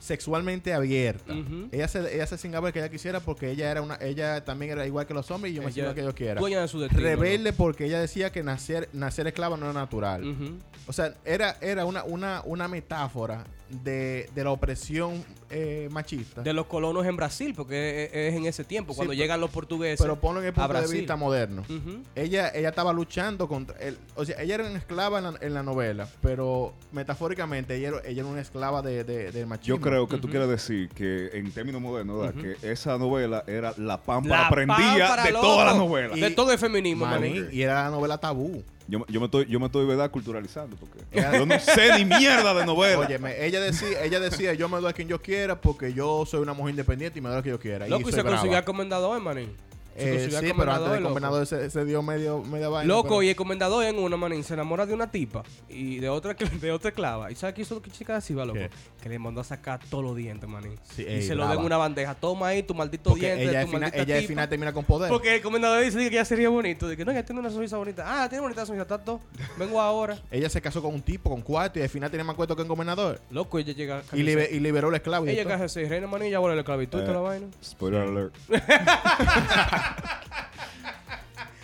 Sexualmente abierta. Ujú. Ella se, ella se cingaba el que ella quisiera porque ella era una, ella también era igual que los hombres y yo me Ella cingaba el que yo quiera. Dueña de su destino. ¿no? Rebelde porque ella decía que nacer, nacer esclava no era natural. Ujú. O sea, era, era una, una, una metáfora de, de la opresión eh, machista. De los colonos en Brasil, porque es, es en ese tiempo, Sí, cuando pero- llegan los portugueses. pero ponlo en el punto a de Brasil. vista moderno. Ujú. Ella, ella estaba luchando contra... El, o sea, ella era una esclava en la, en la novela, pero metafóricamente ella era, ella era una esclava de, de, del machismo. Yo creo que tú Ujú. quieres decir que en términos modernos, ¿verdad? Ujú. que esa novela era la pámpara La prendida pámpara, de loco. toda la novela. De todo el feminismo, Manín, manín. y era la novela tabú. Yo, me- yo me estoy, yo me estoy ¿verdad? culturalizando porque Era- yo no sé ni mierda de novela. Óyeme, ella decía, ella decía, yo me doy a quien yo quiera porque yo soy una mujer independiente y me doy a quien yo quiera. Loco, y, soy se brava. consiguió el comendador, manín. Se Eh, consiguió sí, pero antes comendador, del loco. combinador se, se dio medio, media vaina. Loco, pero- y el comendador en una manín se enamora de una tipa y de otra cl- de otra clava. ¿Y sabes qué hizo que chica así va, loco? ¿Qué? Que le mandó a sacar todos los dientes, manín. Sí, y ey, se lo dio en brava. una bandeja. Toma ahí tu maldito Porque diente, ella, tu al final, maldita ella eh. al tipa. final termina con poder. Porque el comendador dice que ya sería bonito. Dice que no, ya tengo una sonrisa bonita. Ah, tiene bonita sonrisa, tanto. Vengo ahora. Ella se casó con un tipo, con cuatro, y al final tenía más cuarto que un gobernador. Loco, ella llega. Y, Eh. libe- y liberó al esclavo. y Ella de todo. caja seis reina, manín, ya vuelve la esclavitud y toda la vaina. Spoiler alert.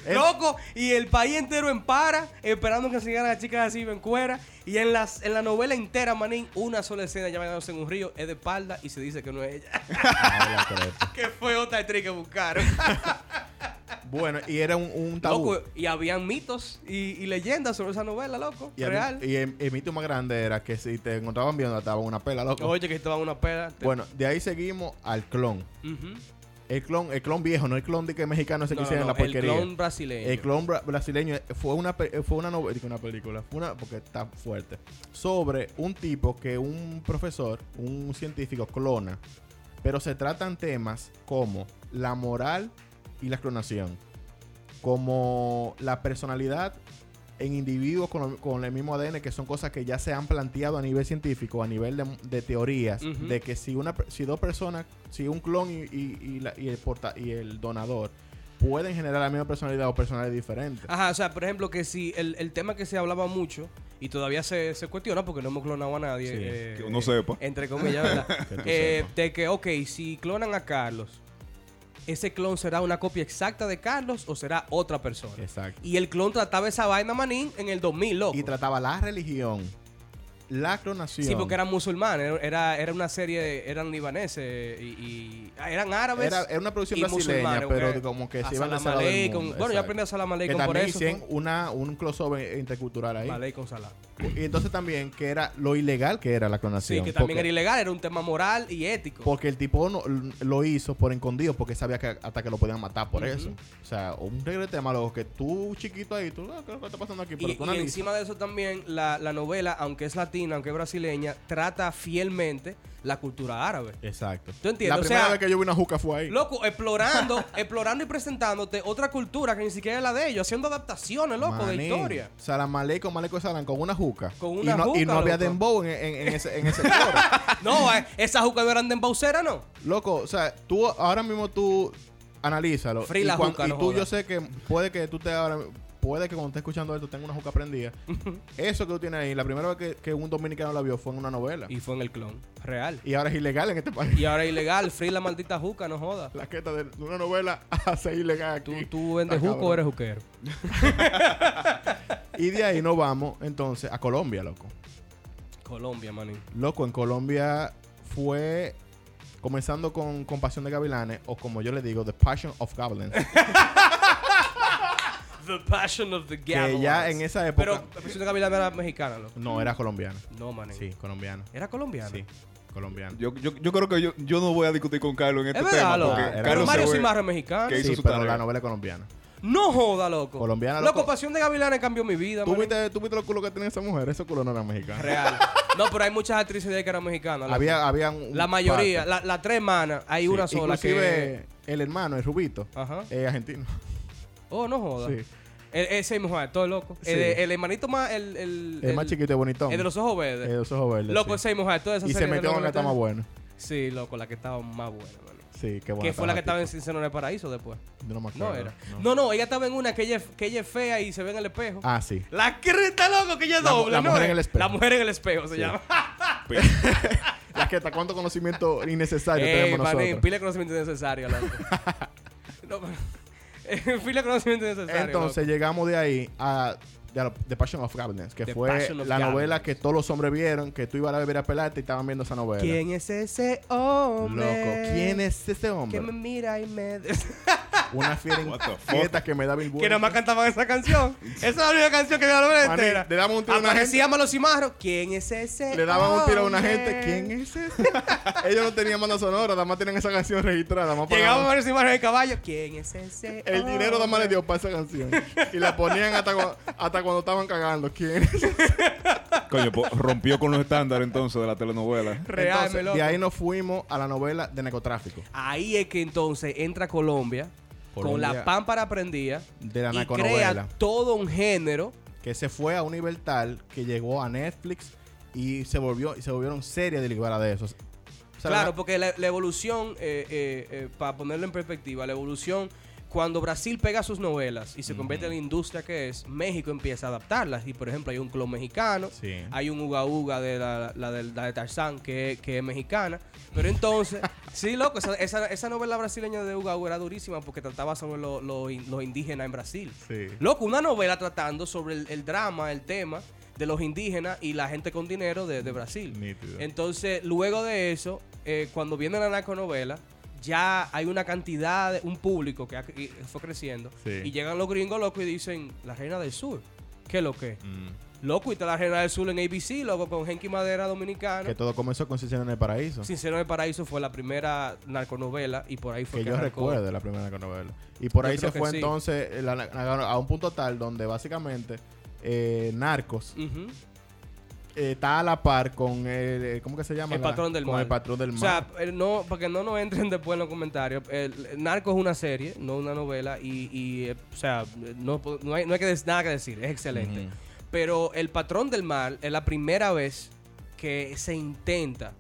Eh. Loco, y el país entero en para, esperando que sigan las chicas así en cuera. Y en, las, en la novela entera, manín, una sola escena llamándose en un río, es de espalda y se dice que no es ella. Ay, la creta. que fue otra actriz que buscaron. bueno, y era un, un tabú. Loco, y habían mitos y, y leyendas sobre esa novela, loco. y el, real. y el- el mito más grande era que si te encontraban viendo, te daban una pela, loco. Oye, que estaban una peda. Te- Bueno, de ahí seguimos al clon. Ujú. El clon, el clon viejo, no el clon de que mexicano ese No, que no, hicieron no, la porquería. El clon brasileño. El clon bra- brasileño eh, fue una pe- fue una novela, una película, fue una porque está fuerte. Sobre un tipo que un profesor, un científico clona, pero se tratan temas como la moral y la clonación, como la personalidad en individuos con, con el mismo ADN, que son cosas que ya se han planteado a nivel científico, a nivel de, de teorías, Ujú. de que si una per- si dos personas, si un clon y, y- y la- y el, porta- y el donador pueden generar la misma personalidad o personalidades diferentes. Ajá, o sea, por ejemplo, que si el, el tema que se hablaba mucho y todavía se, se cuestiona porque no hemos clonado a nadie. Sí, eh, que uno sepa. Entre comillas, ¿verdad? Que tú Eh, sepas. de que, ok, si clonan a Carlos, ¿ese clon será una copia exacta de Carlos o será otra persona? Exacto. Y el clon trataba esa vaina, manín, en el 2000, loco. Y trataba la religión, la clonación. Sí, porque eran musulmanes, era, era una serie, eran libaneses y, y- ah, eran árabes. Era- era una producción y brasileña, musulmanes, pero ok. como que A se iban a Salam salvar del Aleikum. mundo, Bueno, yo exacto. aprendí a Salam que Aleikum por también eso. hicieron fue. una, un crossover intercultural ahí. Malay con Salam. Y entonces también que era lo ilegal que era la Sí, clonación. que también porque, era ilegal, era un tema moral y ético. porque el tipo no, lo hizo por escondido porque sabía que hasta que lo podían matar por Ujú. eso. O sea, un regrete de malo que tú chiquito ahí, tú, ah, ¿qué es lo que está pasando aquí? Pero Y, tú y analiza. encima de eso también, la, la novela, aunque es latina, aunque es brasileña, trata fielmente la cultura árabe. Exacto. ¿Tú entiendes? La O primera sea, vez que yo vi una juca fue ahí. Loco, explorando, explorando y presentándote otra cultura que ni siquiera es la de ellos, haciendo adaptaciones, loco, de Manín, historia. Salam aleikum, aleikum salam, con una juca. Con una y no, juca, Y no había loco. dembow en, en- en ese, en ese coro. No, eh, esas jucas no eran de embaucera, ¿no? Loco, o sea, tú ahora mismo tú analízalo. Free y la cuan- juca, y no tú joda. yo sé que puede que tú te ahora puede que cuando estés escuchando esto tenga una juca prendida. Eso que tú tienes ahí, la primera vez que, que un dominicano la vio fue en una novela. Y, Y fue en el clon, real. ahora es ilegal en este país. Y ahora es ilegal, free la maldita juca, no joda. La queta de de una novela a ser ilegal Tú, aquí. tú vendes Está juco o cabrón. eres juquero. Y de ahí nos vamos entonces a Colombia, loco. Colombia, manín. Loco, en Colombia fue comenzando con Compasión de Gavilanes, o como yo le digo, The Passion of Gavilanes. The Passion of the que ya en esa época. Pero Pasión de Gavilán era mexicana, loco. No, era colombiana. No, manín. Sí, colombiana. Era colombiana. Sí, colombiana. Yo, yo, yo creo que yo, yo no voy a discutir con Carlos en este Es verdad, tema. loco. porque Ah, era- Pero Carlos Mario se fue- Cimarra es mexicano. que hizo Sí, su pero tarea. la novela es colombiana. No joda, loco. Colombiana, loco. loco. Pasión de Gavilanes cambió mi vida, ¿Tú manín. viste, tú viste los culos que tenía esa mujer? Esos culos no eran mexicanos. Real. No, pero hay muchas actrices de ahí que eran mexicanas. loco. Había, había un- la un mayoría, parto. la- las tres hermanas, hay Sí, una sola Inclusive, el hermano, el rubito, que. Ajá. es argentino. Oh, no joda. Sí. El- ese mismo, ah, todo loco. Sí. El, el hermanito más. El, el, El, más chiquito y bonitón. El de los ojos verdes. El de los Eh, ojos verdes. loco, sí. ese mismo, ah, toda esa Y se serie de metió con la que novelas está más buena. Sí, loco, la que estaba más buena, manín. Sí, qué bueno. Que fue la que estaba en Sincero en el Paraíso después. Yo no me acuerdo. No era. No, no, ella estaba en una que ella, es- que ella es fea y se ve en el espejo. Ah, sí. La creta, loco, que ella es La mu- doble, la ¿no? mujer en Eh, el espejo. La mujer en el espejo se Sí. llama. pila. La que está cuánto conocimiento innecesario Ey, tenemos manín, nosotros. pila de conocimiento necesario, loco. no, pero- pila de conocimiento necesario. Entonces llegamos de ahí a de la- The Passion of Gaviness, que The fue Passion of la novela Gaviness. que todos los hombres vieron, que tú ibas a beber a pelarte y estaban viendo esa novela. loco. ¿quién es ese hombre? Loco, ¿quién es ese Que hombre? me mira y me. Una fiera What the fuck? inquieta que me da Bill que nada más cantaban esa canción. Esa es la única canción que me la novela Manín, entera. le damos un tiro a una Aparecía Malo Cimarro. ¿Quién es ese? Le daban un tiro a una hombre? gente. ¿Quién es ese? Ellos no tenían banda sonora, nada más tenían esa canción registrada. nada más Llegaba pagaban Malo Cimarro en el caballo. ¿Quién es ese? el dinero nada más hombre? le dio para esa canción. Y la ponían hasta, cua- hasta cuando estaban cagando. ¿Quién es? Coño, po- rompió con los estándares entonces de la telenovela. Real, me Entonces, loco. de ahí nos fuimos a la novela de narcotráfico. Ahí es que entonces entra Colombia, con Colombia. la pámpara prendida De la y narconovela. crea todo un género. Que se fue a un nivel tal que llegó a Netflix y se volvió y se volvieron series derivadas de esos. claro, porque la, la evolución, eh, eh, eh, para ponerlo en perspectiva, la evolución, cuando Brasil pega sus novelas y se convierte en la industria que es, México empieza a adaptarlas. Y por ejemplo, hay un clon mexicano, Sí. hay un Uga Uga de la, la de, la de Tarzán, que, que es mexicana. Pero entonces, sí, loco, esa, esa- esa novela brasileña de Uga Uga era durísima porque trataba sobre lo- lo in- los indígenas en Brasil. Sí. Loco, una novela tratando sobre el, el drama, el tema de los indígenas y la gente con dinero de, de Brasil. Nítido. Entonces, luego de eso, eh, cuando viene la narconovela, ya hay una cantidad, de- un público que ha cre- y fue creciendo. Sí. Y llegan los gringos locos y dicen, la reina del sur. ¿Qué es lo que? es? Mm. Loco, y está la reina del sur en ABC, loco, con Henky Madera dominicano. Que todo comenzó con Ciencia en el Paraíso. Sincero en el Paraíso fue la primera narconovela y por ahí fue que yo arrancó. recuerdo la primera novela. Y por Yo ahí se creo que fue sí. entonces eh, la- la- a un punto tal donde básicamente eh, Narcos Ujú. eh, está a la par con el eh, ¿cómo que se llama? El La- patrón del con mal. el patrón del O mal. sea, eh, no, para que no nos entren después en los comentarios. el- el Narco es una serie, no una novela. Y, y, eh, o sea, eh, no, po- no hay, no hay que des- nada que decir. Es excelente. Ujú. Pero El Patrón del Mal es la primera vez que se intenta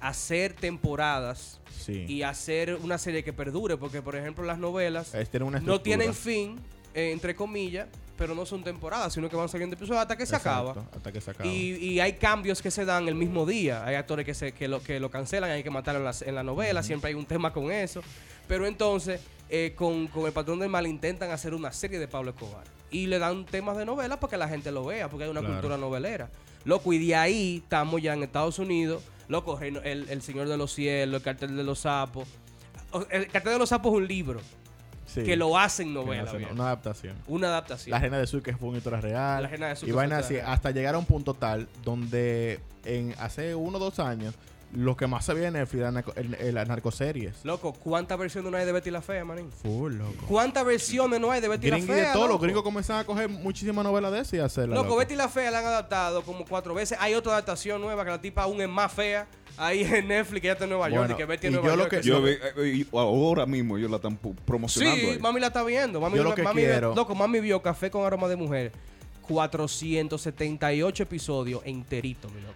hacer temporadas sí. y hacer una serie que perdure. Porque, por ejemplo, las novelas Es tener una no estructura. tienen fin, eh, entre comillas, pero no son temporadas, sino que van saliendo episodios hasta que se acaba. Exacto, Hasta que se acaba. Y, y hay cambios que se dan el mismo día. Hay actores que, se, que, lo, que lo cancelan, hay que matarlo en la, en la novela, siempre hay un tema con eso. Pero entonces, eh, con, con El Patrón del Mal intentan hacer una serie de Pablo Escobar. Y le dan temas de novela para que la gente lo vea, porque hay una Claro. cultura novelera. Loco, y de ahí estamos ya en Estados Unidos. Loco, Reino- el, el Señor de los Cielos, El Cartel de los Sapos. O- El Cartel de los Sapos es un libro Sí. que lo hacen Que novela. hacen viejo. una adaptación. Una adaptación. La Reina de Sur, que fue una historia real. La Reina de Sur, Y que vaina fue una así, historia real. hasta llegar a un punto tal donde en hace uno o dos años, lo que más se veía en Netflix eran narco- el- el- las narcoseries. Loco, ¿cuántas versiones no hay de Betty la Fea, manín? Full, loco. ¿Cuántas versiones no hay de Betty Gringos la y de Fea? todo, los loco? gringos comenzaban a coger muchísimas novelas de esas y hacerlas. Loco, Betty la Fea la han adaptado como cuatro veces. Hay otra adaptación nueva que la tipa aún es más fea. Ahí en Netflix, que ya está en Nueva Bueno, York. Y que Betty y en Nueva yo lo York. que- Yo vi- eh, eh, y ahora mismo yo la están pu- promocionando. sí, ahí. mami la está viendo. Mami, Yo lo que mami- quiero- Loco, mami vio Café con Aroma de Mujer. 478 episodios enterito, mi loco.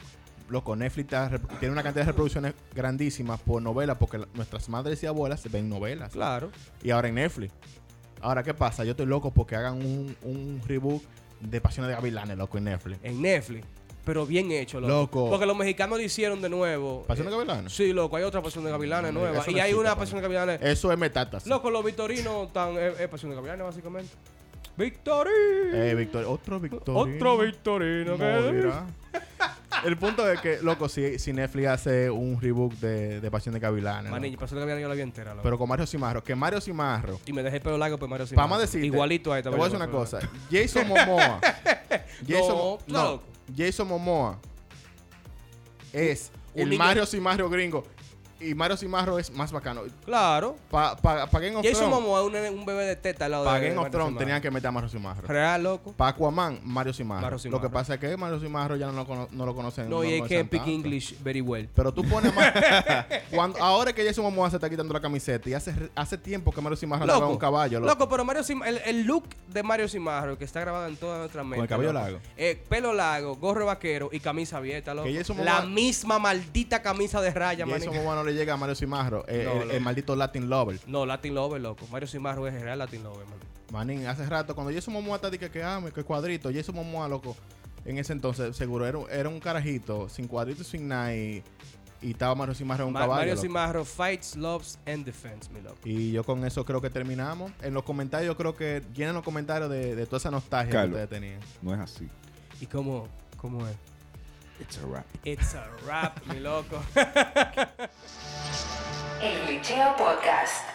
Loco, Netflix está rep- tiene una cantidad de reproducciones grandísimas por novela porque la- nuestras madres y abuelas ven novelas. Claro. Y ahora en Netflix. Ahora, ¿qué pasa? Yo estoy loco porque hagan un, un reboot de Pasiones de Gavilanes, loco, en Netflix. En Netflix. Pero bien hecho, loco. Loco. Porque los mexicanos lo hicieron de nuevo. ¿Pasiones Eh, de Gavilanes? Sí, loco. Hay otra pasión de gavilanes No, nueva. eso Y no hay existe, una pana. pasión de gavilanes. Eso es metatas. Loco, los victorinos están. Es pasión de gavilanes, básicamente. ¡Victorino! Eh, Victor, otro Victor. Otro Victorino. No, que- mira. El punto es que, loco, si, si Netflix hace un reboot de, de Pasión de Gavilanes. Manín, loco. pasó la vida yo la vi entera, loco. Pero con Mario Cimarro. Que Mario Cimarro. y me dejé el pelo largo, pues Mario Simán. Para más decirte. Igualito a Te esta. voy a decir pero- una cosa. Jason Momoa. Jason, No, no, loco. Jason Momoa es Un el niño- Mario Cimarro gringo. Y Mario Cimarro es más bacano. Claro. Para pa, pa Game of Jason Thrones. Momoa es un, nene- un bebé de teta al lado Pa de Game of Mario Thrones Simán. tenían que meter a Mario Cimarro. Real, loco. Pa Aquaman, Mario Cimarro. Mario Lo Cimarro. que pasa es que Mario Cimarro ya no lo, cono- no lo conocen. No, y lo es que conocen speak tanto. English very well. Pero tú pones más. cuando, ahora que Jason Momoa se está quitando la camiseta y hace, hace tiempo que Mario Cimarro andaba en un caballo. loco. Loco. pero Mario Sim- el, el look de Mario Cimarro que está grabado en toda nuestra mente. el cabello loco. largo. Eh, pelo largo, gorro vaquero y camisa abierta, loco. Que Jason La Momoa- misma maldita camisa de raya, Jason manín. Momoa no le llega a Mario Cimarro, eh, No, el, loco. el maldito Latin Lover. No, Latin Lover, loco. Mario Cimarro es real Latin Lover, man. ah, Manín, hace rato, cuando Jason Momoa está diciendo que ame, que cuadrito, Jason Momoa, loco, en ese entonces, seguro, era, un- era un carajito sin cuadrito, sin nada y, y estaba Mario Cimarra en un Ma- caballo. Mario loco. Cimarro fights, loves and defends, mi loco. Y yo con eso creo que terminamos. En los comentarios, yo creo que llenen los comentarios de, de toda esa nostalgia Carlos. que ustedes tenían. No es así. ¿Y cómo, cómo es? It's a wrap. It's a rap, mi loco. El Liceo Podcast.